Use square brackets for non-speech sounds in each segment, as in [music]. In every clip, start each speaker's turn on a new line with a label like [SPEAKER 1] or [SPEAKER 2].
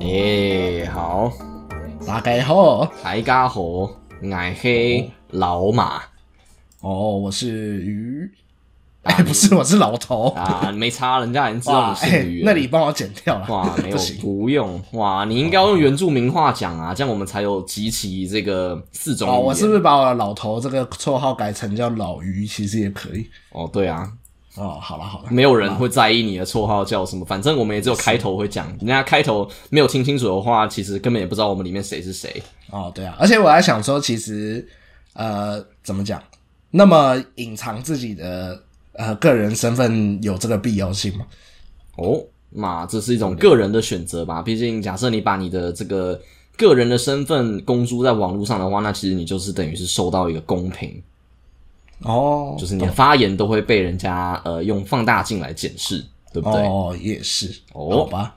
[SPEAKER 1] 耶、哎好，
[SPEAKER 2] 大家好，
[SPEAKER 1] 大家好，我是老马
[SPEAKER 2] 哦，我是鱼，哎、不是，我是老头。
[SPEAKER 1] [laughs] 啊，没差，人家已经知道
[SPEAKER 2] 哇
[SPEAKER 1] 你，
[SPEAKER 2] 哎、
[SPEAKER 1] 是鱼了。
[SPEAKER 2] 那你帮我剪掉了。
[SPEAKER 1] 哇，没有
[SPEAKER 2] [laughs] 不行，
[SPEAKER 1] 不用哇，你应该要用原住民话讲啊，这样我们才有集齐这个四种语
[SPEAKER 2] 哦，
[SPEAKER 1] 言。
[SPEAKER 2] 我是不是把我的老头这个绰号改成叫老鱼？其实也可以。
[SPEAKER 1] 哦，对啊，
[SPEAKER 2] 哦，好了好了，
[SPEAKER 1] 没有人会在意你的绰号叫什么，反正我们也只有开头会讲，人家开头没有听清楚的话，其实根本也不知道我们里面谁是谁。
[SPEAKER 2] 哦，对啊，而且我还想说，其实呃，怎么讲？那么隐藏自己的呃个人身份有这个必要性吗？
[SPEAKER 1] 哦，那这是一种个人的选择吧。毕竟，假设你把你的这个个人的身份公诸在网络上的话，那其实你就是等于是受到一个公平，
[SPEAKER 2] 哦，
[SPEAKER 1] 就是你的发言都会被人家呃用放大镜来检视，对不对？
[SPEAKER 2] 哦，也是，
[SPEAKER 1] 哦
[SPEAKER 2] 好吧。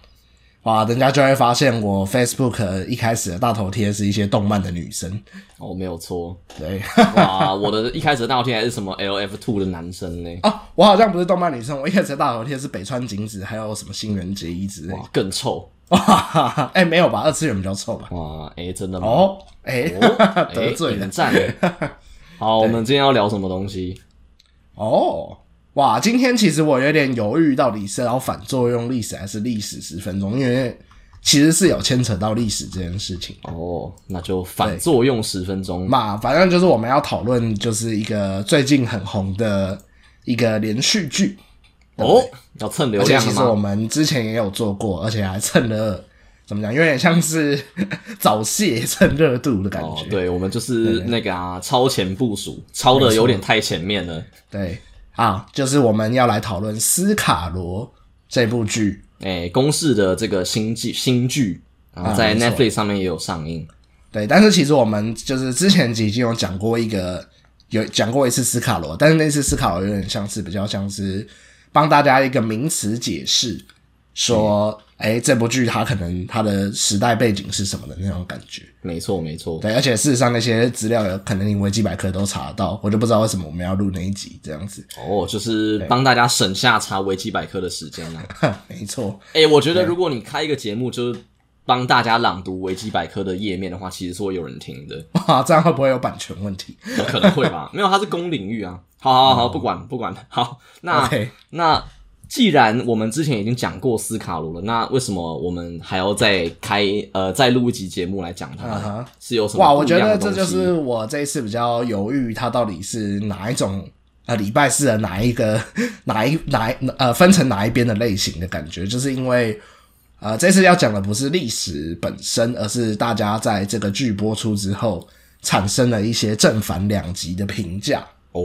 [SPEAKER 2] 哇，人家就会发现我 Facebook 一开始的大头贴是一些动漫的女生，
[SPEAKER 1] 哦，没有错。
[SPEAKER 2] 对 [laughs]
[SPEAKER 1] 哇， [laughs] 我的一开始的大头贴还是什么 LF Two 的男生
[SPEAKER 2] [laughs]
[SPEAKER 1] 呢？
[SPEAKER 2] 啊，我好像不是动漫女生，我一开始的大头贴是北川景子，还有什么新垣结衣之类的
[SPEAKER 1] 哇，更臭。
[SPEAKER 2] 哇，哈哈 [laughs] 哎、没有吧，二次元比较臭吧？
[SPEAKER 1] 哇，哎、真的吗？
[SPEAKER 2] 哦，哎、
[SPEAKER 1] 哦，哎
[SPEAKER 2] 得罪了
[SPEAKER 1] 引战了。好，我们今天要聊什么东西？
[SPEAKER 2] [laughs] 哦，哇，今天其实我有点犹豫，到底是要反作用历史还是历史十分钟，因为其实是有牵扯到历史这件事情。
[SPEAKER 1] 哦，那就反作用十分钟。
[SPEAKER 2] 嘛，反正就是我们要讨论，就是一个最近很红的一个连续剧，
[SPEAKER 1] 哦，要蹭流
[SPEAKER 2] 而且
[SPEAKER 1] 量
[SPEAKER 2] 其
[SPEAKER 1] 了
[SPEAKER 2] 实
[SPEAKER 1] 吗
[SPEAKER 2] 我？们之前也有做过，而且还蹭了怎么讲，有点像是 [laughs] 早泄蹭热度的感觉。
[SPEAKER 1] 哦，对，我们就是那个啊，超前部署，超的有点太前面了。
[SPEAKER 2] 对啊，就是我们要来讨论《斯卡罗》这部剧。
[SPEAKER 1] 哎、公式的这个新剧新剧，然后
[SPEAKER 2] 啊
[SPEAKER 1] 在
[SPEAKER 2] 没错
[SPEAKER 1] Netflix 上面也有上映。
[SPEAKER 2] 对，但是其实我们就是之前几集有讲过一个，有讲过一次斯卡罗，但是那次斯卡罗有点像是比较像是帮大家一个名词解释，说，哎、这部剧它可能它的时代背景是什么的那种感觉。
[SPEAKER 1] 没错，没错。
[SPEAKER 2] 对，而且事实上那些资料有可能你维基百科都查得到，我就不知道为什么我们要录那一集这样子。 [laughs]
[SPEAKER 1] 哦，就是帮大家省下查维基百科的时间了、啊。
[SPEAKER 2] 哼，没错，
[SPEAKER 1] 哎、我觉得如果你开一个节目，就是帮大家朗读维基百科的页面的话，其实是会有人听的。
[SPEAKER 2] 哇，这样会不会有版权问题？
[SPEAKER 1] 有可能会
[SPEAKER 2] [laughs]
[SPEAKER 1] 吧？没有，它是公领域啊。好好好，不管不管。好，那
[SPEAKER 2] 哦 OK
[SPEAKER 1] 那既然我们之前已经讲过斯卡罗了，那为什么我们还要再开呃再录一集节目来讲它
[SPEAKER 2] 嗯哼
[SPEAKER 1] 是有什么
[SPEAKER 2] 哇，我
[SPEAKER 1] 不一
[SPEAKER 2] 觉
[SPEAKER 1] 样的
[SPEAKER 2] 得这
[SPEAKER 1] 东西
[SPEAKER 2] 就是我这一次比较犹豫，它到底是哪一种呃礼拜四的哪一个 [laughs] 哪一哪一呃分成哪一边的类型的感觉，就是因为呃这次要讲的不是历史本身，而是大家在这个剧播出之后产生了一些正反两极的评价。
[SPEAKER 1] 哦。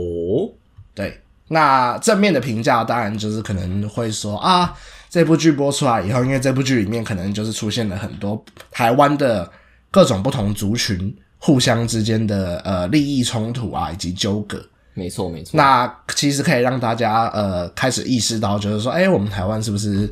[SPEAKER 2] 对，那正面的评价当然就是可能会说啊，这部剧播出来以后，因为这部剧里面可能就是出现了很多台湾的各种不同族群互相之间的呃利益冲突啊，以及纠葛。
[SPEAKER 1] 没错没错，
[SPEAKER 2] 那其实可以让大家呃开始意识到，就是说，哎、我们台湾是不是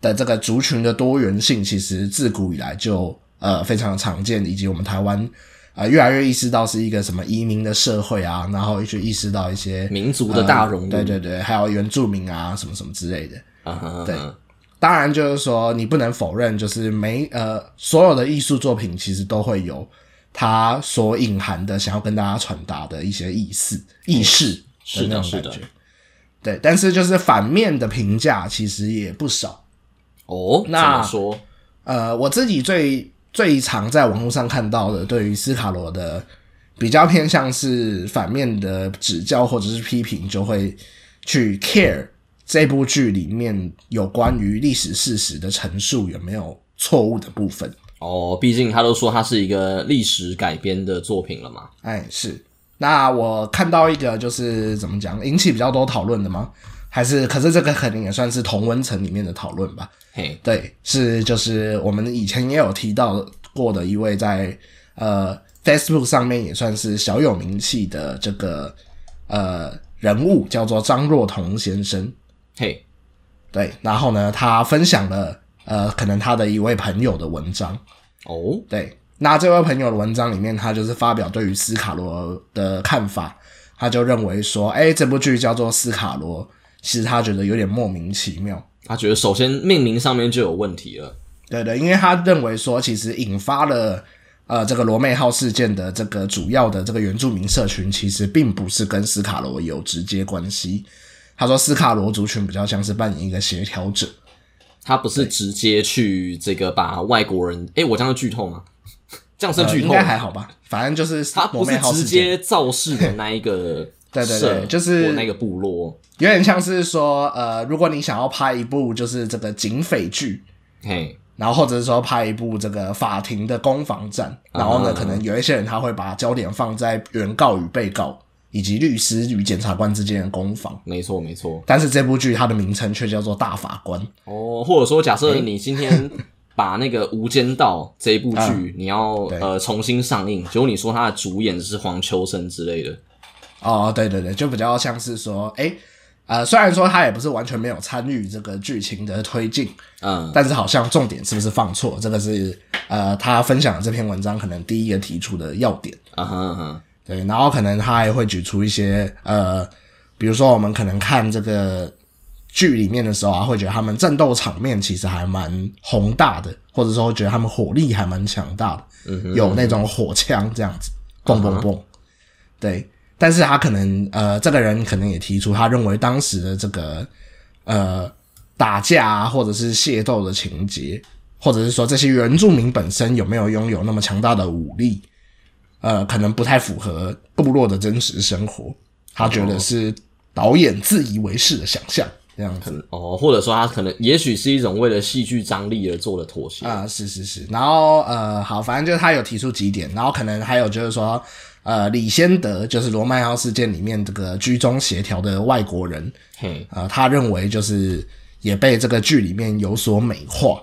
[SPEAKER 2] 的这个族群的多元性，其实自古以来就呃非常的常见，以及我们台湾呃越来越意识到是一个什么移民的社会啊，然后去意识到一些
[SPEAKER 1] 民族的大融
[SPEAKER 2] 呃
[SPEAKER 1] 入，
[SPEAKER 2] 对对对，还有原住民啊什么什么之类的。
[SPEAKER 1] 嗯哼，
[SPEAKER 2] 对
[SPEAKER 1] 嗯哼
[SPEAKER 2] 当然，就是说你不能否认，就是每呃所有的艺术作品其实都会有它所隐含的想要跟大家传达的一些意思、意识
[SPEAKER 1] 是的
[SPEAKER 2] 那种
[SPEAKER 1] 是
[SPEAKER 2] 感
[SPEAKER 1] 的
[SPEAKER 2] 觉。对，但是就是反面的评价其实也不少。
[SPEAKER 1] 哦，怎
[SPEAKER 2] 那
[SPEAKER 1] 么说？
[SPEAKER 2] 呃，我自己最最常在网络上看到的，对于斯卡罗的比较偏向是反面的指教或者是批评，就会去 care 这部剧里面有关于历史事实的陈述有没有错误的部分。
[SPEAKER 1] 哦，毕竟他都说它是一个历史改编的作品了嘛。
[SPEAKER 2] 哎，是。那我看到一个就是怎么讲，引起比较多讨论的吗？还是可是这个肯定也算是同温层里面的讨论吧？
[SPEAKER 1] 嘿，
[SPEAKER 2] 对，是就是我们以前也有提到过的一位在呃 Facebook 上面也算是小有名气的这个呃人物，叫做张若彤先生。
[SPEAKER 1] 嘿，
[SPEAKER 2] 对，然后呢，他分享了呃可能他的一位朋友的文章。
[SPEAKER 1] 哦，
[SPEAKER 2] 对，那这位朋友的文章里面，他就是发表对于斯卡罗的看法，他就认为说，哎，这部剧叫做《斯卡罗》，其实他觉得有点莫名其妙。
[SPEAKER 1] 他觉得首先命名上面就有问题了。
[SPEAKER 2] 对的，因为他认为说，其实引发了呃这个罗妹号事件的这个主要的这个原住民社群，其实并不是跟斯卡罗有直接关系。他说，斯卡罗族群比较像是扮演一个协调者，
[SPEAKER 1] 他不是直接去这个把外国人，诶、我这样是剧透吗？ [laughs] 这样算
[SPEAKER 2] 呃
[SPEAKER 1] 剧
[SPEAKER 2] 应
[SPEAKER 1] 透
[SPEAKER 2] 该
[SPEAKER 1] 吗？
[SPEAKER 2] 还好吧？反正就是
[SPEAKER 1] 他不
[SPEAKER 2] 罗妹
[SPEAKER 1] 是
[SPEAKER 2] 号
[SPEAKER 1] 直
[SPEAKER 2] 事件，
[SPEAKER 1] 接造势的那一个
[SPEAKER 2] [laughs] 对对对
[SPEAKER 1] 社
[SPEAKER 2] 就是
[SPEAKER 1] 或那个部落，
[SPEAKER 2] 有点像是说，呃，如果你想要拍一部就是这个警匪剧，
[SPEAKER 1] 嘿，
[SPEAKER 2] 然后或者是说拍一部这个法庭的攻防战，然后呢，
[SPEAKER 1] 啊
[SPEAKER 2] 可能有一些人他会把焦点放在原告与被告以及律师与检察官之间的攻防，
[SPEAKER 1] 没错没错。
[SPEAKER 2] 但是这部剧它的名称却叫做《大法官》。
[SPEAKER 1] 哦，或者说，假设你今天把那个《无间道》这一部剧，
[SPEAKER 2] 嗯
[SPEAKER 1] 你要
[SPEAKER 2] 对
[SPEAKER 1] 呃重新上映，结果你说它的主演是黄秋生之类的，
[SPEAKER 2] 哦，对对对，就比较像是说，哎，呃，虽然说他也不是完全没有参与这个剧情的推进，
[SPEAKER 1] 嗯，
[SPEAKER 2] 但是好像重点是不是放错？这个是呃，他分享的这篇文章可能第一个提出的要点。
[SPEAKER 1] 啊哈啊哈，
[SPEAKER 2] 对，然后可能他还会举出一些呃，比如说我们可能看这个剧里面的时候啊，会觉得他们战斗场面其实还蛮宏大的，或者说会觉得他们火力还蛮强大的，有那种火枪这样子，蹦蹦蹦。对，但是他可能呃，这个人可能也提出，他认为当时的这个呃打架啊，或者是械斗的情节，或者是说这些原住民本身有没有拥有那么强大的武力，呃，可能不太符合部落的真实生活。他觉得是导演自以为是的想象，这样子
[SPEAKER 1] 哦，或者说他可能也许是一种为了戏剧张力而做的妥协，
[SPEAKER 2] 啊、是是是。然后呃，好，反正就是他有提出几点，然后可能还有就是说，呃，李先德就是罗曼号事件里面这个居中协调的外国人，
[SPEAKER 1] 嘿，
[SPEAKER 2] 呃，他认为就是也被这个剧里面有所美化，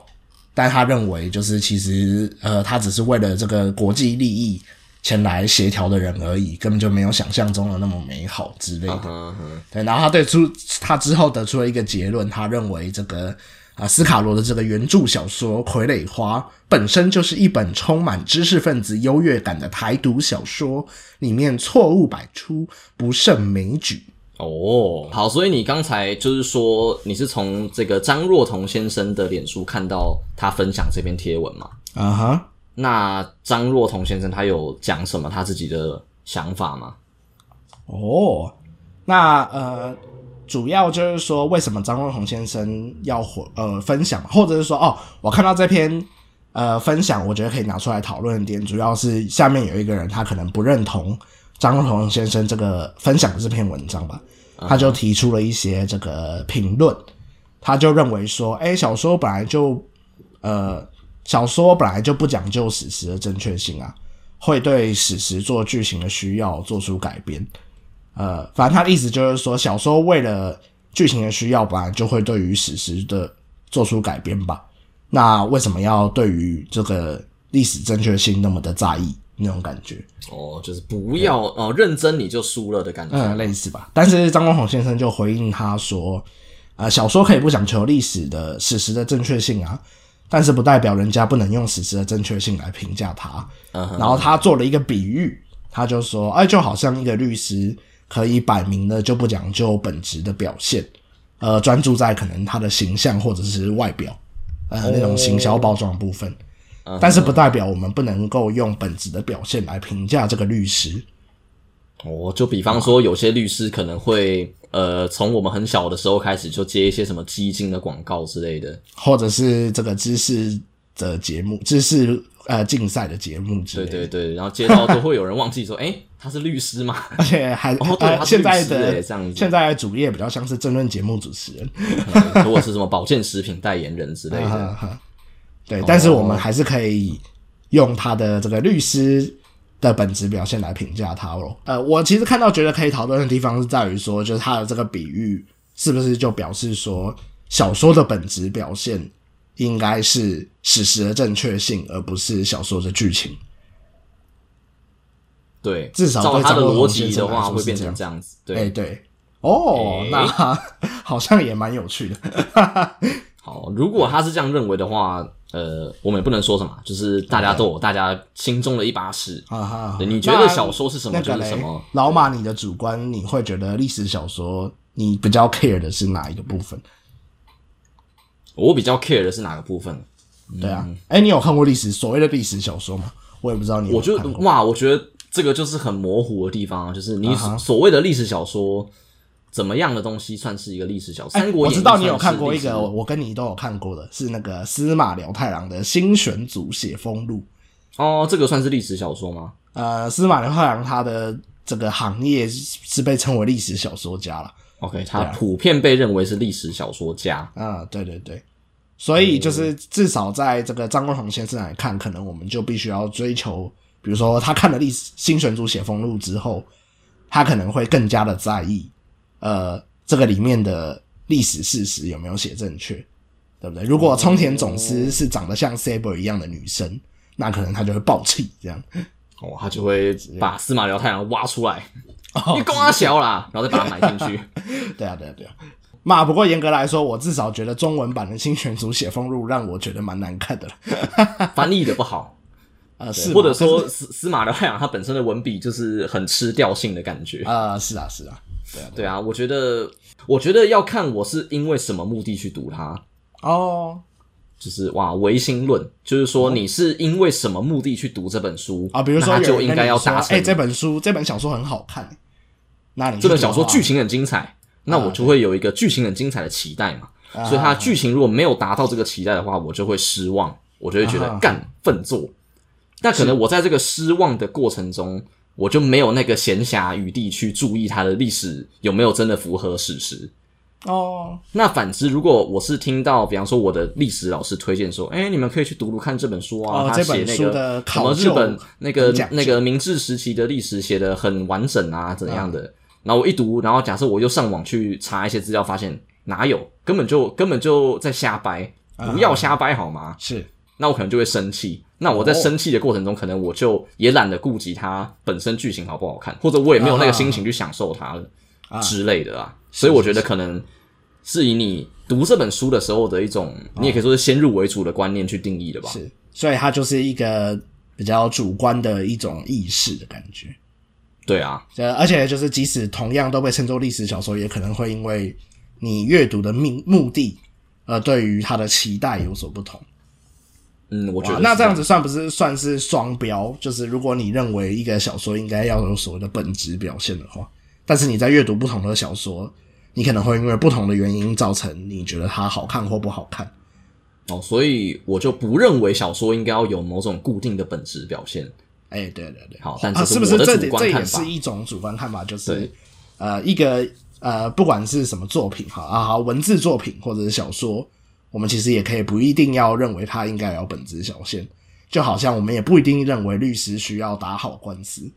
[SPEAKER 2] 但他认为就是其实呃，他只是为了这个国际利益前来协调的人而已，根本就没有想象中的那么美好之类
[SPEAKER 1] 啊哈
[SPEAKER 2] 的。
[SPEAKER 1] 啊哈，
[SPEAKER 2] 对，然后他对出他之后得出了一个结论，他认为这个啊、斯卡罗的这个原著小说《傀儡花》本身就是一本充满知识分子优越感的台独小说，里面错误百出，不胜枚举。
[SPEAKER 1] 哦，好，所以你刚才就是说你是从这个张若彤先生的脸书看到他分享这篇贴文嘛？
[SPEAKER 2] 啊哈、
[SPEAKER 1] 那张若彤先生他有讲什么他自己的想法吗？
[SPEAKER 2] 哦，那呃，主要就是说，为什么张若泓先生要火呃分享，或者是说，哦，我看到这篇呃分享，我觉得可以拿出来讨论的点，主要是下面有一个人他可能不认同张若泓先生这个分享的这篇文章吧，他就提出了一些这个评论，他就认为说，哎、小说本来就呃，小说本来就不讲究史实的正确性啊，会对史实做剧情的需要做出改编。呃，反正他的意思就是说，小说为了剧情的需要，本来就会对于史实的做出改编吧。那为什么要对于这个历史正确性那么的在意那种感觉？
[SPEAKER 1] 哦，就是不要哦，认真你就输了的感觉。
[SPEAKER 2] 嗯嗯，类似吧。但是张光宏先生就回应他说，呃，小说可以不讲求历史的史实的正确性啊，但是不代表人家不能用史实的正确性来评价它。
[SPEAKER 1] 嗯哼
[SPEAKER 2] 然后他做了一个比喻，他就说，哎、就好像一个律师可以摆明了就不讲究本质的表现，呃，专注在可能他的形象或者是外表，呃，那种行销包装的部分。
[SPEAKER 1] 哦嗯哼
[SPEAKER 2] 但是不代表我们不能够用本质的表现来评价这个律师。
[SPEAKER 1] 哦，就比方说，有些律师可能会呃，从我们很小的时候开始就接一些什么基金的广告之类的。
[SPEAKER 2] 或者是这个知识的节目、知识呃竞赛的节目之
[SPEAKER 1] 对
[SPEAKER 2] 类
[SPEAKER 1] 对
[SPEAKER 2] 的。
[SPEAKER 1] 对，然后接到都会有人忘记说， [laughs] 哎、他是律师吗？ [laughs]
[SPEAKER 2] 而且还、
[SPEAKER 1] 哦对
[SPEAKER 2] 呃、
[SPEAKER 1] 他是
[SPEAKER 2] 现
[SPEAKER 1] 律师
[SPEAKER 2] 在
[SPEAKER 1] 耶
[SPEAKER 2] 的
[SPEAKER 1] 这样子
[SPEAKER 2] 现在的主业比较像是政论节目主持
[SPEAKER 1] [laughs]
[SPEAKER 2] 人，
[SPEAKER 1] 嗯如果是什么保健食品代言人之类
[SPEAKER 2] 啊哈
[SPEAKER 1] 的，
[SPEAKER 2] 哈 [laughs] 对，但
[SPEAKER 1] 哦
[SPEAKER 2] 是我们还是可以用他的这个律师的本质表现来评价他咯。呃，我其实看到觉得可以讨论的地方是在于说，就是他的这个比喻是不是就表示说，小说的本质表现应该是史实的正确性，而不是小说的剧情。
[SPEAKER 1] 对，
[SPEAKER 2] 至少
[SPEAKER 1] 照
[SPEAKER 2] 对
[SPEAKER 1] 他的
[SPEAKER 2] 张国荣
[SPEAKER 1] 逻
[SPEAKER 2] 先
[SPEAKER 1] 辑
[SPEAKER 2] 生
[SPEAKER 1] 的
[SPEAKER 2] 来
[SPEAKER 1] 话，
[SPEAKER 2] 说
[SPEAKER 1] 会
[SPEAKER 2] 是
[SPEAKER 1] 变
[SPEAKER 2] 这
[SPEAKER 1] 成
[SPEAKER 2] 样
[SPEAKER 1] 这样子。
[SPEAKER 2] 哎、
[SPEAKER 1] 对，
[SPEAKER 2] 对，哦，
[SPEAKER 1] 哎
[SPEAKER 2] 那 [laughs] 好像也蛮有趣的。
[SPEAKER 1] 好，如果他是这样认为的话，呃，我们也不能说什么，就是大家
[SPEAKER 2] 嗯
[SPEAKER 1] 都有大家心中的一把尺。
[SPEAKER 2] 啊哈
[SPEAKER 1] 对，你觉得小说是什么
[SPEAKER 2] 那
[SPEAKER 1] 就
[SPEAKER 2] 个
[SPEAKER 1] 是
[SPEAKER 2] 嘞
[SPEAKER 1] 什么。，
[SPEAKER 2] 老马，你的主观你会觉得历史小说你比较 care 的是哪一个部分？
[SPEAKER 1] 我比较 care 的是哪个部分？
[SPEAKER 2] 对啊，
[SPEAKER 1] 嗯
[SPEAKER 2] 哎、你有看过历史所谓的历史小说吗？我也不知道你有
[SPEAKER 1] 我就
[SPEAKER 2] 看嗯过。
[SPEAKER 1] 哇，我觉得这个就是很模糊的地方啊，就是你所所谓的历史小说，怎么样的东西算是一个历史小说？
[SPEAKER 2] 哎
[SPEAKER 1] 三国
[SPEAKER 2] 我
[SPEAKER 1] 演义
[SPEAKER 2] 知道你有
[SPEAKER 1] 算
[SPEAKER 2] 看
[SPEAKER 1] 是
[SPEAKER 2] 过
[SPEAKER 1] 历
[SPEAKER 2] 一
[SPEAKER 1] 史
[SPEAKER 2] 个，我我跟你都有看过的，是那个司马辽太郎的《新选组写风录》。
[SPEAKER 1] 哦，这个算是历史小说吗？
[SPEAKER 2] 呃，司马辽太郎他的这个行业是是被称为历史小说家了。
[SPEAKER 1] OK，它普遍被认为是历史小说家。
[SPEAKER 2] 啊，对对对，所以就是至少在这个张国荣先生来看，可能我们就必须要追求，比如说他看了历史《新选组写风录》之后，他可能会更加的在意，呃，这个里面的历史事实有没有写正确，对不对？如果冲田总司是长得像 Saber 一样的女生，那可能他就会爆气这样。
[SPEAKER 1] 哦，他就会
[SPEAKER 2] 嗯
[SPEAKER 1] 把司马辽太郎挖出来，
[SPEAKER 2] 哦
[SPEAKER 1] 你光他小
[SPEAKER 2] [laughs]
[SPEAKER 1] 啦，然后再把它买进去。
[SPEAKER 2] 对啊，对啊，对啊。嘛，不过严格来说，我至少觉得中文版的《新选组写风录》让我觉得蛮难看的了。
[SPEAKER 1] 翻译的不好，
[SPEAKER 2] 呃，是吗，
[SPEAKER 1] 或者说司司马辽太郎他本身的文笔就是很吃调性的感觉。
[SPEAKER 2] 啊、是啊，是啊，对啊，对
[SPEAKER 1] 对啊，我觉得，我觉得要看我是因为什么目的去读它，
[SPEAKER 2] 哦
[SPEAKER 1] 就是哇，唯心论，就是说你是因为什么目的去读这本书
[SPEAKER 2] 啊，比如说
[SPEAKER 1] 那它
[SPEAKER 2] 有
[SPEAKER 1] 就
[SPEAKER 2] 人
[SPEAKER 1] 应
[SPEAKER 2] 跟
[SPEAKER 1] 该
[SPEAKER 2] 你
[SPEAKER 1] 要
[SPEAKER 2] 说
[SPEAKER 1] 达
[SPEAKER 2] 哎、
[SPEAKER 1] 成
[SPEAKER 2] 这本书这本小说很好看，那你去
[SPEAKER 1] 这本
[SPEAKER 2] 读的啊
[SPEAKER 1] 小说
[SPEAKER 2] 话啊
[SPEAKER 1] 剧情很精彩，那我就会有一个剧情很精彩的期待嘛。所以它的剧情如果没有达到这个期待的话，我就会失望，我就会觉
[SPEAKER 2] 啊
[SPEAKER 1] 得干笨作。但可能我在这个失望的过程中，我就没有那个闲暇余地去注意它的历史有没有真的符合史实。啊
[SPEAKER 2] 哦，
[SPEAKER 1] 那反之，如果我是听到，比方说我的历史老师推荐说，哎、你们可以去读读看这本书啊，
[SPEAKER 2] 哦
[SPEAKER 1] 他
[SPEAKER 2] 这本
[SPEAKER 1] 写那
[SPEAKER 2] 书
[SPEAKER 1] 个
[SPEAKER 2] 的
[SPEAKER 1] 什
[SPEAKER 2] 考
[SPEAKER 1] 么日
[SPEAKER 2] 究
[SPEAKER 1] 本那个
[SPEAKER 2] 很讲究
[SPEAKER 1] 那个明治时期的历史写的很完整啊，怎样的？
[SPEAKER 2] 嗯
[SPEAKER 1] 然后我一读，然后假设我又上网去查一些资料，发现哪有，根本就根本就在瞎掰，
[SPEAKER 2] 啊
[SPEAKER 1] 不要瞎掰好吗？
[SPEAKER 2] 是
[SPEAKER 1] 那我可能就会生气。那我在
[SPEAKER 2] 哦
[SPEAKER 1] 生气的过程中，可能我就也懒得顾及它本身剧情好不好看，或者我也没有那个心情去享受它了、之类的啊。所以我觉得可能是以你读这本书的时候的一种，你也可以说是先入为主的观念去定义的吧。
[SPEAKER 2] 啊是，所以它就是一个比较主观的一种意识的感觉。
[SPEAKER 1] 对啊，
[SPEAKER 2] 呃，而且就是即使同样都被称作历史小说，也可能会因为你阅读的命目的，呃，对于它的期待有所不同。
[SPEAKER 1] 嗯，我觉
[SPEAKER 2] 哇
[SPEAKER 1] 得
[SPEAKER 2] 那这样
[SPEAKER 1] 子
[SPEAKER 2] 子算不是算是双标？就是如果你认为一个小说应该要有所谓的本质表现的话，但是你在阅读不同的小说，你可能会因为不同的原因造成你觉得它好看或不好看。
[SPEAKER 1] 哦，所以我就不认为小说应该要有某种固定的本质表现。
[SPEAKER 2] 哎、对对对，
[SPEAKER 1] 好但
[SPEAKER 2] 啊，
[SPEAKER 1] 这
[SPEAKER 2] 是不
[SPEAKER 1] 是
[SPEAKER 2] 是
[SPEAKER 1] 我的
[SPEAKER 2] 这
[SPEAKER 1] 主观
[SPEAKER 2] 这也
[SPEAKER 1] 看法
[SPEAKER 2] 是一种主观看法？就是
[SPEAKER 1] 对
[SPEAKER 2] 呃，一个呃，不管是什么作品，哈啊，好文字作品或者是小说，我们其实也可以不一定要认为它应该有本质表现，就好像我们也不一定认为律师需要打好官司。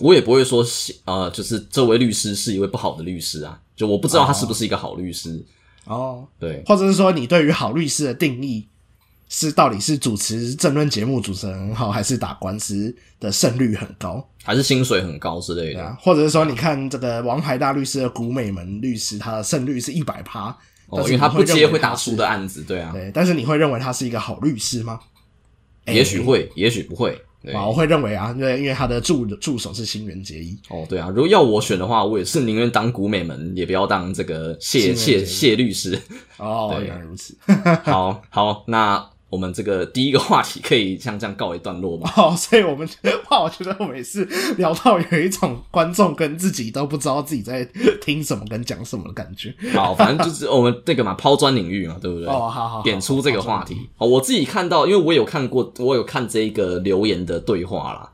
[SPEAKER 1] 我也不会说写，呃，就是这位律师是一位不好的律师啊，就我不知道他是不是一个好律师。
[SPEAKER 2] 哦，
[SPEAKER 1] 对，
[SPEAKER 2] 或者是说你对于好律师的定义是到底是主持政论节目主持人很好，还是打官司的胜率很高？
[SPEAKER 1] 还是薪水很高之类
[SPEAKER 2] 对
[SPEAKER 1] 的。
[SPEAKER 2] 啊，或者是说你看这个王牌大律师的古美门律师，他的胜率是一百趴，但
[SPEAKER 1] 哦，因
[SPEAKER 2] 是
[SPEAKER 1] 为
[SPEAKER 2] 你
[SPEAKER 1] 他不接
[SPEAKER 2] 认为
[SPEAKER 1] 会打
[SPEAKER 2] 他是
[SPEAKER 1] 输的，案子，对啊，
[SPEAKER 2] 对，但是你会认为他是一个好律师吗？
[SPEAKER 1] 也许会，也许不会，对，
[SPEAKER 2] 啊，我会认为啊，因为因为他的助助手是新垣结衣，
[SPEAKER 1] 哦，对啊，如果要我选的话，我也是宁愿当古美门，也不要当这个谢
[SPEAKER 2] 新人
[SPEAKER 1] 谢谢律师。 [laughs]
[SPEAKER 2] 哦，
[SPEAKER 1] 对
[SPEAKER 2] 原来如此， [laughs]
[SPEAKER 1] 好好，那我们这个第一个话题可以像这样告一段落吧？ [laughs]
[SPEAKER 2] 哦，所以我们哇，我觉得我每次聊到有一种观众跟自己都不知道自己在听什么跟讲什么的感觉，
[SPEAKER 1] 好，反正就是我们这个嘛，抛砖引玉嘛，对不对？
[SPEAKER 2] 哦，好好好，
[SPEAKER 1] 点出这个
[SPEAKER 2] 好
[SPEAKER 1] 话题。哦，我自己看到，因为我有看过，我有看这一个留言的对话啦。
[SPEAKER 2] 啊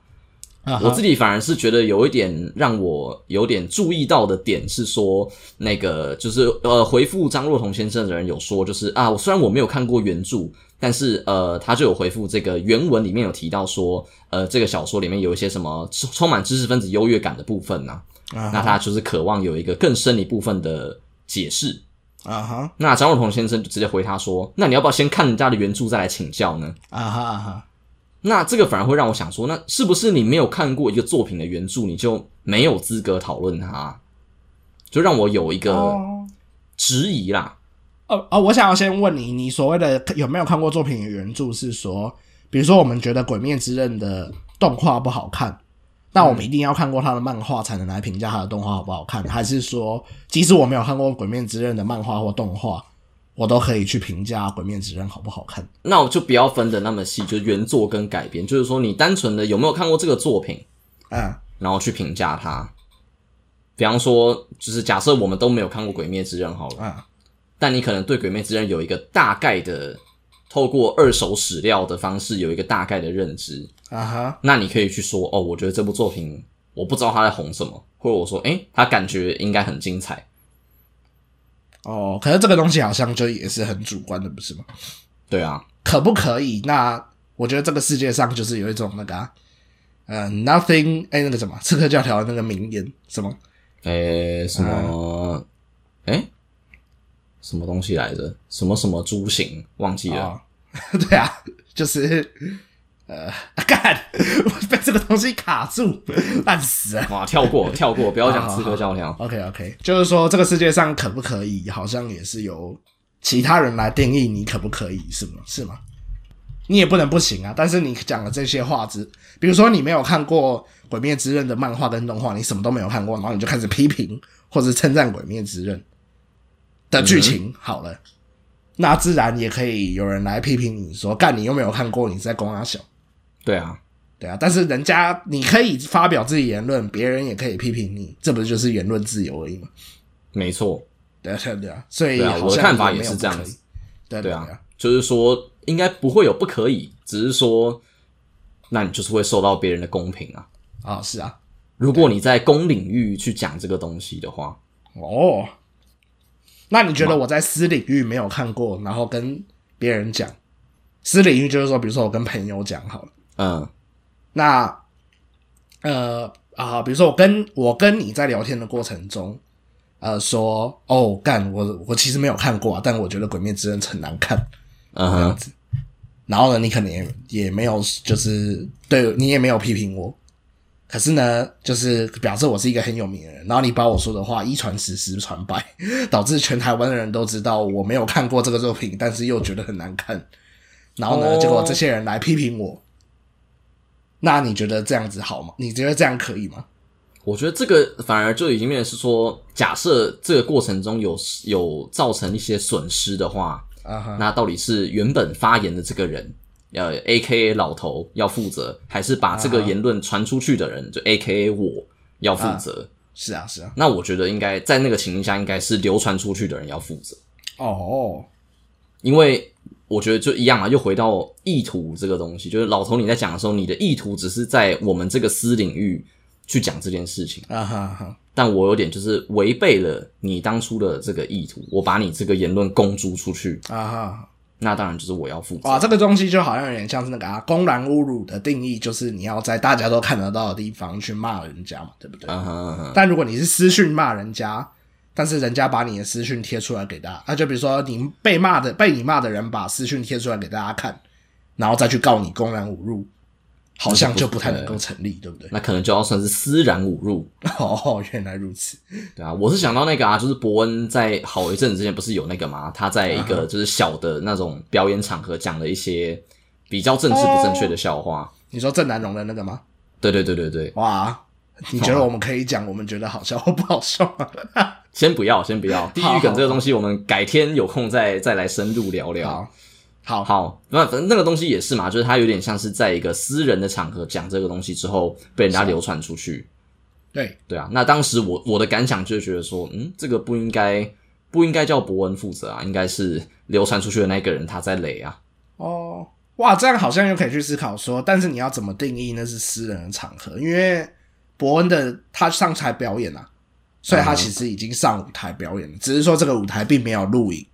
[SPEAKER 1] 我自己反而是觉得有一点让我有点注意到的点是说，那个就是呃，回复张若彤先生的人有说，就是啊，我虽然我没有看过原著，但是呃，他就有回复这个原文里面有提到说，呃，这个小说里面有一些什么充充满知识分子优越感的部分呐、
[SPEAKER 2] 啊
[SPEAKER 1] 那他就是渴望有一个更深一部分的解释。
[SPEAKER 2] 啊哈
[SPEAKER 1] 那张若彤先生就直接回他说：“那你要不要先看人家的原著再来请教呢
[SPEAKER 2] 啊哈啊哈，？”
[SPEAKER 1] 那这个反而会让我想说，那是不是你没有看过一个作品的原著，你就没有资格讨论它？就让我有一个
[SPEAKER 2] 哦
[SPEAKER 1] 质疑啦。
[SPEAKER 2] 哦哦，我想要先问你，你所谓的有没有看过作品的原著？是说，比如说我们觉得《鬼灭之刃》的动画不好看，那我们一定要看过他的漫画才能来评价他的动画好不好看？还是说，即使我没有看过《鬼灭之刃》的漫画或动画，我都可以去评价《鬼灭之刃》好不好看。
[SPEAKER 1] 那我就不要分的那么细，就是原作跟改编，就是说你单纯的有没有看过这个作品，
[SPEAKER 2] 啊、
[SPEAKER 1] 然后去评价它。比方说，就是假设我们都没有看过《鬼灭之刃》好了，
[SPEAKER 2] 啊、
[SPEAKER 1] 但你可能对《鬼灭之刃》有一个大概的，透过二手史料的方式有一个大概的认知，
[SPEAKER 2] 啊哈，
[SPEAKER 1] 那你可以去说哦，我觉得这部作品我不知道他在红什么，或者我说，诶、他感觉应该很精彩。
[SPEAKER 2] 哦，可是这个东西好像就也是很主观的，不是吗？
[SPEAKER 1] 对啊，
[SPEAKER 2] 可不可以？那我觉得这个世界上就是有一种那个、啊，呃，nothing，哎、那个什么《刺客教条》的那个名言，什么
[SPEAKER 1] 诶、什么，诶、什么东西来着？什么什么猪形，忘记了。
[SPEAKER 2] 啊？ [laughs] 对啊，就是呃，啊干、 [laughs] 我被这个东西卡住，烂死了。
[SPEAKER 1] 哇，跳过，跳过，不要讲刺客教条。
[SPEAKER 2] OK OK，就是说这个世界上可不可以，好像也是由其他人来定义你可不可以，是吗？是吗？你也不能不行啊，但是你讲的这些话只，比如说你没有看过《鬼灭之刃》的漫画跟动画，你什么都没有看过，然后你就开始批评或者称赞《鬼灭之刃》的剧情，好了，那自然也可以有人来批评你说，干你又没有看过，你是在攻阿小，
[SPEAKER 1] 对啊，
[SPEAKER 2] 对啊，但是人家你可以发表自己言论，别人也可以批评你，这不就是言论自由而已吗？
[SPEAKER 1] 没错，
[SPEAKER 2] 对啊，对啊对啊，所以
[SPEAKER 1] 对啊
[SPEAKER 2] 好像
[SPEAKER 1] 我的看法
[SPEAKER 2] 没有
[SPEAKER 1] 也是
[SPEAKER 2] 不
[SPEAKER 1] 这样
[SPEAKER 2] 可以
[SPEAKER 1] 子。
[SPEAKER 2] 对啊
[SPEAKER 1] 对
[SPEAKER 2] 对
[SPEAKER 1] 啊
[SPEAKER 2] 啊，，
[SPEAKER 1] 就是说应该不会有不可以，只是说，那你就是会受到别人的公平啊。
[SPEAKER 2] 啊是啊，
[SPEAKER 1] 如果你在公领域去讲这个东西的话，
[SPEAKER 2] 哦，那你觉得我在私领域没有看过，然后跟别人讲，私领域就是说，比如说我跟朋友讲好了，
[SPEAKER 1] 嗯，
[SPEAKER 2] 那呃啊，比如说我跟我跟你在聊天的过程中，呃，说哦干，我我其实没有看过啊，但我觉得《鬼灭之刃》很难看，
[SPEAKER 1] 嗯
[SPEAKER 2] 这样
[SPEAKER 1] 哼，
[SPEAKER 2] 子。然后呢，你可能也也没有，就是对你也没有批评我，可是呢，就是表示我是一个很有名的人。然后你把我说的话一传十，十传百，导致全台湾的人都知道我没有看过这个作品，但是又觉得很难看。然后呢，
[SPEAKER 1] 哦
[SPEAKER 2] 结果这些人来批评我，那你觉得这样子好吗？你觉得这样可以吗？
[SPEAKER 1] 我觉得这个反而就已经变成是说，假设这个过程中有有造成一些损失的话，
[SPEAKER 2] 啊哈，
[SPEAKER 1] 那到底是原本发言的这个人，呃，A K A 老头要负责，还是把这个
[SPEAKER 2] 啊
[SPEAKER 1] 言论传出去的人，就 A K A 我要负责？
[SPEAKER 2] 是啊，是啊，
[SPEAKER 1] 那我觉得应该在那个情形下，应该是流传出去的人要负责，
[SPEAKER 2] 哦，
[SPEAKER 1] 因为我觉得就一样啊，又回到意图这个东西，就是老头你在讲的时候，你的意图只是在我们这个私领域去讲这件事情，
[SPEAKER 2] 啊哈啊哈，
[SPEAKER 1] 但我有点就是违背了你当初的这个意图，我把你这个言论公诸出去，
[SPEAKER 2] 啊哈。
[SPEAKER 1] 那当然就是我要负责。
[SPEAKER 2] 哇，这个东西就好像有点像是那个啊，公然侮辱的定义，就是你要在大家都看得到的地方去骂人家嘛，对不对？
[SPEAKER 1] 嗯哼嗯哼，
[SPEAKER 2] 但如果你是私讯骂人家，但是人家把你的私讯贴出来给大家，啊，就比如说你被骂的被你骂的人把私讯贴出来给大家看，然后再去告你公然侮辱，好像就不太能够成立，对不对？
[SPEAKER 1] 那可能就要算是私然侮辱。
[SPEAKER 2] [laughs] 哦，原来如此
[SPEAKER 1] 对啊，我是想到那个啊，就是伯恩在好一阵子之前不是有那个嘛，他在一
[SPEAKER 2] 嗯
[SPEAKER 1] 个就是小的那种表演场合讲了一些比较政治不正确的笑话。
[SPEAKER 2] 你说郑南榕的那个吗？
[SPEAKER 1] 对对对对对，
[SPEAKER 2] 哇，你觉得我们可以讲我们觉得好笑或不好笑吗？
[SPEAKER 1] 先不要，先不要，地狱梗这个东西，我们改天有空再再来深入聊聊。
[SPEAKER 2] 好，好，
[SPEAKER 1] 好，那反正那个东西也是嘛，就是他有点像是在一个私人的场合讲这个东西之后被人家
[SPEAKER 2] 啊
[SPEAKER 1] 流传出去。
[SPEAKER 2] 对，
[SPEAKER 1] 对啊，那当时我我的感想就是觉得说，嗯，这个不应该不应该叫伯恩负责啊，应该是流传出去的那个人他在累啊。
[SPEAKER 2] 哦，哇，这样好像又可以去思考说，但是你要怎么定义那是私人的场合？因为伯恩的他上台表演啊，所以他
[SPEAKER 1] 嗯
[SPEAKER 2] 其实已经上舞台表演了，只是说这个舞台并没有录影，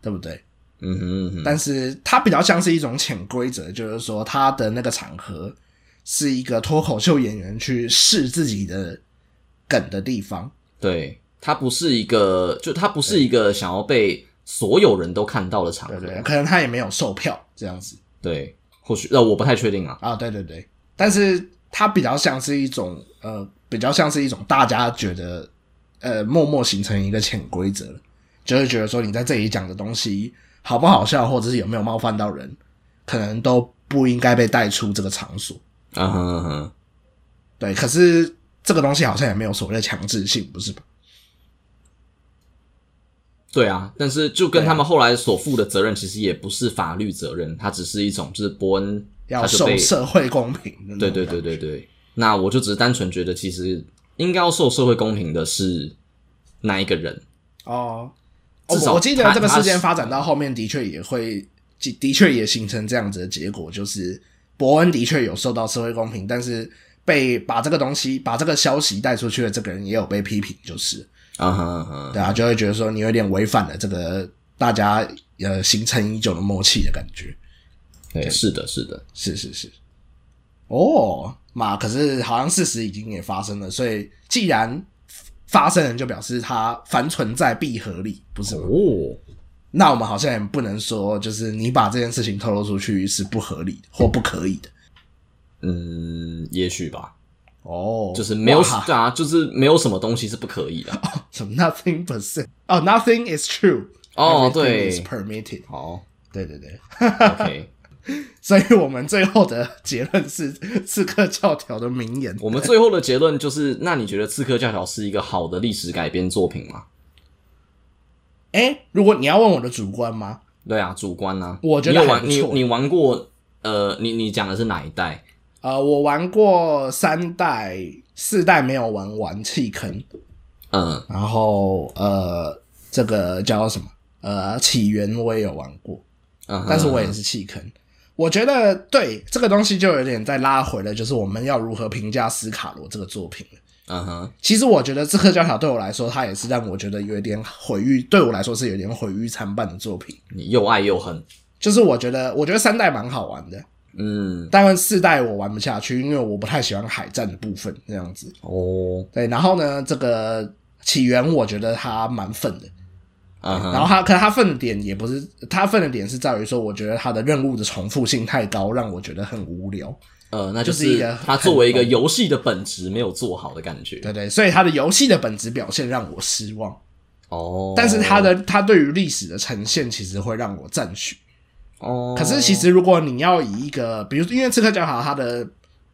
[SPEAKER 2] 对不对？
[SPEAKER 1] 嗯哼嗯哼，
[SPEAKER 2] 但是它比较像是一种潜规则，就是说他的那个场合是一个脱口秀演员去试自己的梗的地方。
[SPEAKER 1] 对，他不是一个，就他不是一个想要被所有人都看到的场合
[SPEAKER 2] 对。不对，可能他也没有售票这样子
[SPEAKER 1] 对或许呃，我不太确定啊。
[SPEAKER 2] 啊，对对对，但是它比较像是一种呃，比较像是一种大家觉得呃，默默形成一个潜规则，就是觉得说你在这里讲的东西好不好笑，或者是有没有冒犯到人，可能都不应该被带出这个场所。
[SPEAKER 1] 嗯哼嗯哼，
[SPEAKER 2] 对，可是这个东西好像也没有所谓的强制性，不是吧？
[SPEAKER 1] 对啊，但是就跟他们后来所负的责任，其实也不是法律责任，它只是一种就是伯恩
[SPEAKER 2] 要
[SPEAKER 1] 他就
[SPEAKER 2] 受
[SPEAKER 1] 被
[SPEAKER 2] 社会公平的那种
[SPEAKER 1] 对对对
[SPEAKER 2] 感
[SPEAKER 1] 对
[SPEAKER 2] 觉
[SPEAKER 1] 对。那我就只是单纯觉得，其实应该要受社会公平的是那一个人，
[SPEAKER 2] 哦，哦
[SPEAKER 1] 至少
[SPEAKER 2] 我记得
[SPEAKER 1] 他
[SPEAKER 2] 这个
[SPEAKER 1] 他
[SPEAKER 2] 事件
[SPEAKER 1] 是
[SPEAKER 2] 发展到后面，的确也会，的的确也形成这样子的结果，就是伯恩的确有受到社会公平，但是被把这个东西、把这个消息带出去的这个人也有被批评，就是
[SPEAKER 1] 啊哈啊哈
[SPEAKER 2] 对啊，就会觉得说你有点违反了这个大家呃形成已久的默契的感觉。
[SPEAKER 1] 对，是的，是的，
[SPEAKER 2] 是是是，哦，嘛，可是好像事实已经也发生了，所以既然发生了，就表示它凡存在必合理，不是吗？
[SPEAKER 1] 哦，
[SPEAKER 2] 那我们好像也不能说，就是你把这件事情透露出去是不合理的或不可以的。
[SPEAKER 1] 嗯，也许吧，
[SPEAKER 2] 哦，
[SPEAKER 1] 就是没有
[SPEAKER 2] 哇
[SPEAKER 1] 对啊，就是没有什么东西是不可
[SPEAKER 2] [laughs]
[SPEAKER 1] 以的。
[SPEAKER 2] 什么 nothing percent 哦、n o t h i n g is true
[SPEAKER 1] 哦
[SPEAKER 2] everything
[SPEAKER 1] 对
[SPEAKER 2] ，is permitted。
[SPEAKER 1] 好
[SPEAKER 2] 对对对，
[SPEAKER 1] ，OK，
[SPEAKER 2] 所以我们最后的结论是刺客教条的名言。
[SPEAKER 1] 我们最后的结论就是，那你觉得《刺客教条》是一个好的历史改编作品吗？
[SPEAKER 2] 哎、如果你要问我的主观吗？
[SPEAKER 1] 对啊，主观啊，
[SPEAKER 2] 我觉得
[SPEAKER 1] 你有
[SPEAKER 2] 还
[SPEAKER 1] 玩
[SPEAKER 2] 不
[SPEAKER 1] 你
[SPEAKER 2] 错
[SPEAKER 1] 你玩过呃，你你讲的是哪一代？
[SPEAKER 2] 呃，我玩过三代、四代没有玩完弃坑，
[SPEAKER 1] 嗯，
[SPEAKER 2] 然后呃，这个叫什么？呃，起源我也有玩过。
[SPEAKER 1] 嗯哼
[SPEAKER 2] 但是我也是弃坑。我觉得对这个东西就有点再拉回了，就是我们要如何评价斯卡罗这个作品了。
[SPEAKER 1] 嗯哼，
[SPEAKER 2] 其实我觉得《刺客教条》对我来说，它也是让我觉得有一点毁誉，对我来说是有点毁誉参半的作品。
[SPEAKER 1] 你又爱又恨，
[SPEAKER 2] 就是我觉得，我觉得三代蛮好玩的，
[SPEAKER 1] 嗯，
[SPEAKER 2] 但是四代我玩不下去，因为我不太喜欢海战的部分这样子。
[SPEAKER 1] 哦，
[SPEAKER 2] 对，然后呢，这个起源我觉得它蛮愤的，
[SPEAKER 1] 嗯
[SPEAKER 2] 然后
[SPEAKER 1] 哼，
[SPEAKER 2] 他，可他分的点也不是，他分的点是在于说，我觉得他的任务的重复性太高，让我觉得很无聊。
[SPEAKER 1] 呃，那就
[SPEAKER 2] 就是一
[SPEAKER 1] 是
[SPEAKER 2] 个
[SPEAKER 1] 它作为一个游戏的本质没有做好的感觉，
[SPEAKER 2] 对对，所以他的游戏的本质表现让我失望，
[SPEAKER 1] 哦，
[SPEAKER 2] 但是他的他对于历史的呈现其实会让我赞许。
[SPEAKER 1] 哦，
[SPEAKER 2] 可是其实如果你要以一个，比如因为刺客教条它的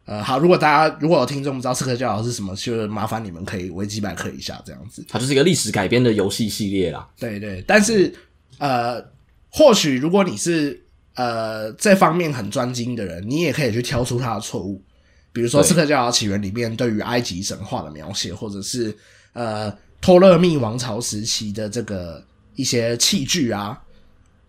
[SPEAKER 2] 呃好，如果大家如果有听众不知道刺客教条是什么，就是麻烦你们可以维基百科一下这样子。
[SPEAKER 1] 它就是一个历史改编的游戏系列啦，
[SPEAKER 2] 对对，但是呃，或许如果你是呃这方面很专精的人，你也可以去挑出他的错误，比如说《
[SPEAKER 1] 对
[SPEAKER 2] 刺客教条起源》里面对于埃及神话的描写，或者是呃托勒密王朝时期的这个一些器具啊，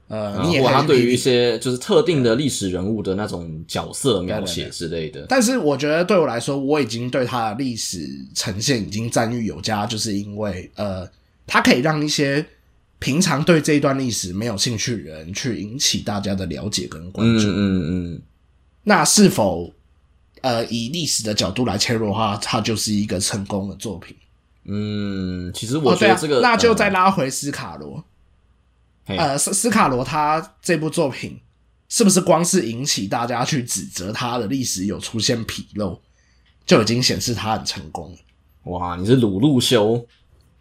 [SPEAKER 2] 呃，
[SPEAKER 1] 然
[SPEAKER 2] 你也
[SPEAKER 1] 后嗯
[SPEAKER 2] 可以
[SPEAKER 1] 它
[SPEAKER 2] 去
[SPEAKER 1] 啊对
[SPEAKER 2] 批
[SPEAKER 1] 于一
[SPEAKER 2] 评
[SPEAKER 1] 些就是特定的历史人物的那种角色描写之类的，
[SPEAKER 2] 但是我觉得对我来说，我已经对它的历史呈现已经赞誉有加，就是因为呃，它可以让一些平常对这一段历史没有兴趣的人去引起大家的了解跟关
[SPEAKER 1] 嗯
[SPEAKER 2] 注。
[SPEAKER 1] 嗯嗯，
[SPEAKER 2] 那是否呃以历史的角度来切入的话，它就是一个成功的作品？
[SPEAKER 1] 嗯，其实我
[SPEAKER 2] 哦，对
[SPEAKER 1] 觉得
[SPEAKER 2] 啊
[SPEAKER 1] 这个，嗯
[SPEAKER 2] 那就再拉回斯卡罗。
[SPEAKER 1] 嘿
[SPEAKER 2] 呃，斯斯卡罗他这部作品是不是光是引起大家去指责他的历史有出现纰漏，就已经显示他很成功了？
[SPEAKER 1] 哇，你是鲁路修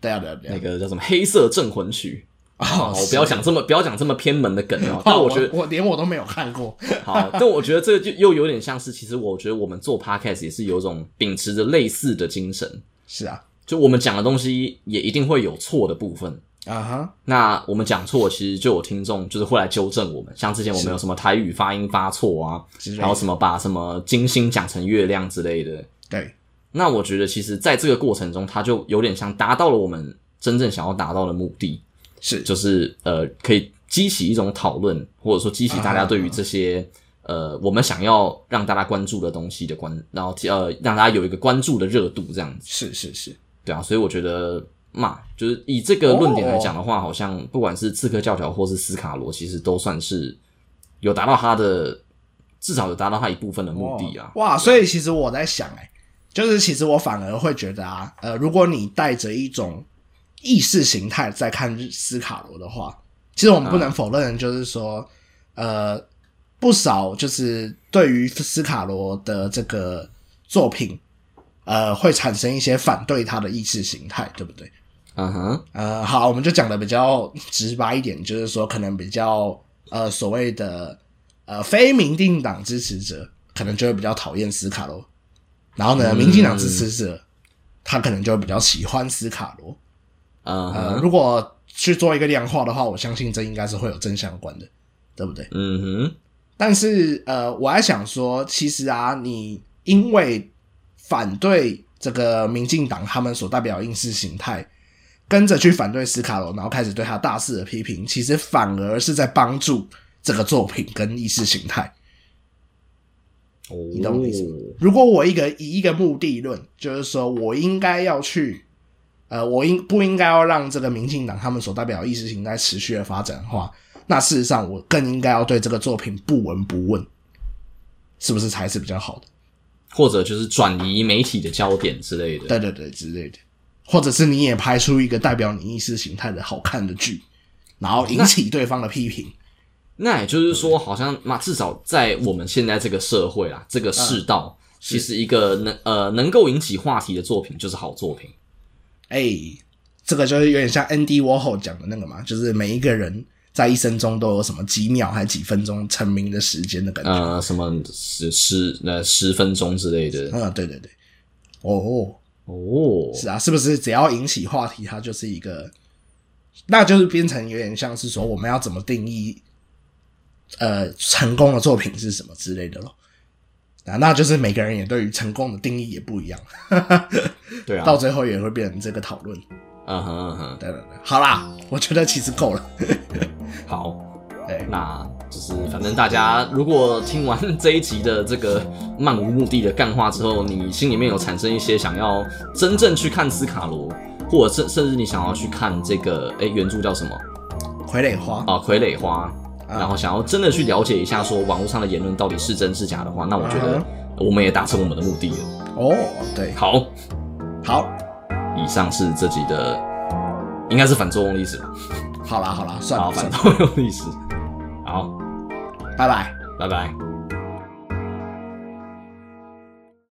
[SPEAKER 2] 对啊，对啊，对啊
[SPEAKER 1] 那。个叫什么《黑色镇魂曲》
[SPEAKER 2] 哦
[SPEAKER 1] 哦，不要讲这么不要讲这么偏门的梗 [laughs] 哦，但
[SPEAKER 2] 那
[SPEAKER 1] 我觉得
[SPEAKER 2] 我连我都没有看过。
[SPEAKER 1] 好，但我觉得这个就又有点像是，其实我觉得我们做 podcast 也是有一种秉持着类似的精神，
[SPEAKER 2] 是啊，
[SPEAKER 1] 就我们讲的东西也一定会有错的部分。
[SPEAKER 2] 啊哈，
[SPEAKER 1] 那我们讲错，其实就有听众就是会来纠正我们，像之前我们有什么台语发音发错啊
[SPEAKER 2] 之类，的
[SPEAKER 1] 然后什么把什么金星讲成月亮之类的。
[SPEAKER 2] 对，
[SPEAKER 1] 那我觉得其实在这个过程中，它就有点像达到了我们真正想要达到的目的，
[SPEAKER 2] 是
[SPEAKER 1] 就是呃，可以激起一种讨论，或者说激起大家对于这些、呃我们想要让大家关注的东西的关，然后呃让大家有一个关注的热度这样子，
[SPEAKER 2] 是是是，
[SPEAKER 1] 对啊，所以我觉得嘛，就是以这个论点来讲的话，好像不管是刺客教条或是斯卡罗，其实都算是有达到他的，至少有达到他一部分的目的啊。
[SPEAKER 2] 哇，所以其实我在想、哎，就是其实我反而会觉得啊，呃，如果你带着一种意识形态在看斯卡罗的话，其实我们不能
[SPEAKER 1] 嗯
[SPEAKER 2] 否认，就是说，呃，不少就是对于斯卡罗的这个作品，呃，会产生一些反对他的意识形态，对不对？
[SPEAKER 1] 嗯哼，
[SPEAKER 2] 呃，好，我们就讲的比较直白一点，就是说可能比较呃所谓的呃非民进党支持者，可能就会比较讨厌斯卡罗，然后呢，民进党支持者他可能就会比较喜欢斯卡罗。
[SPEAKER 1] 嗯
[SPEAKER 2] 呃，
[SPEAKER 1] 哼，
[SPEAKER 2] 如果去做一个量化的话，我相信这应该是会有正相关的，对不对？
[SPEAKER 1] 嗯哼，
[SPEAKER 2] 但是呃，我还想说，其实啊，你因为反对这个民进党他们所代表的意识形态，跟着去反对斯卡罗，然后开始对他大肆的批评，其实反而是在帮助这个作品跟意识形态。
[SPEAKER 1] 你
[SPEAKER 2] 懂我意思吗如果我一个以一个目的论，就是说我应该要去，呃，我应不应该要让这个民进党他们所代表的意识形态持续的发展的话，那事实上我更应该要对这个作品不闻不问，是不是才是比较好的？
[SPEAKER 1] 或者就是转移媒体的焦点之类的。
[SPEAKER 2] 对对对之类的，或者是你也拍出一个代表你意识形态的好看的剧，然后引起对方的批评。
[SPEAKER 1] 那也就是
[SPEAKER 2] 嗯
[SPEAKER 1] 说，好像嘛，至少在我们现在这个社会啊，这个
[SPEAKER 2] 嗯
[SPEAKER 1] 世道，其实一个能呃能够引起话题的作品就是好作品。
[SPEAKER 2] 哎、这个就是有点像 Andy Warhol 讲的那个嘛，就是每一个人在一生中都有什么几秒还几分钟成名的时间的感觉。
[SPEAKER 1] 呃，什么十十呃十分钟之类的。
[SPEAKER 2] 嗯，对对对，哦，
[SPEAKER 1] 哦，
[SPEAKER 2] 是啊，是不是只要引起话题，它就是一个，那就是变成有点像是说我们要怎么定义，呃，成功的作品是什么之类的咯。啊，那就是每个人也对于成功的定义也不一样，
[SPEAKER 1] 对啊
[SPEAKER 2] 到，最后也会变成这个讨论。
[SPEAKER 1] 嗯哼嗯哼，
[SPEAKER 2] 对对对，好啦，我觉得其实够了。哎
[SPEAKER 1] 好。
[SPEAKER 2] 对，
[SPEAKER 1] 那就是反正大家如果听完这一集的这个漫无目的的干话之后，你心里面有产生一些想要真正去看斯卡罗，或者甚甚至你想要去看这个哎、诶原著叫什么
[SPEAKER 2] 傀儡花，啊
[SPEAKER 1] 啊傀儡花，然后想要真的去了解一下说网络上的言论到底是真是假的话，那我觉得
[SPEAKER 2] 嗯
[SPEAKER 1] 我们也达成我们的目的了。
[SPEAKER 2] 哦，对，
[SPEAKER 1] 好，
[SPEAKER 2] 好，
[SPEAKER 1] 以上是这集的应该是反作用历史吧，
[SPEAKER 2] 好啦，好啦，算
[SPEAKER 1] 好
[SPEAKER 2] 了，
[SPEAKER 1] 反
[SPEAKER 2] 算了，
[SPEAKER 1] 作用历史，好，
[SPEAKER 2] 拜拜。
[SPEAKER 1] 拜拜。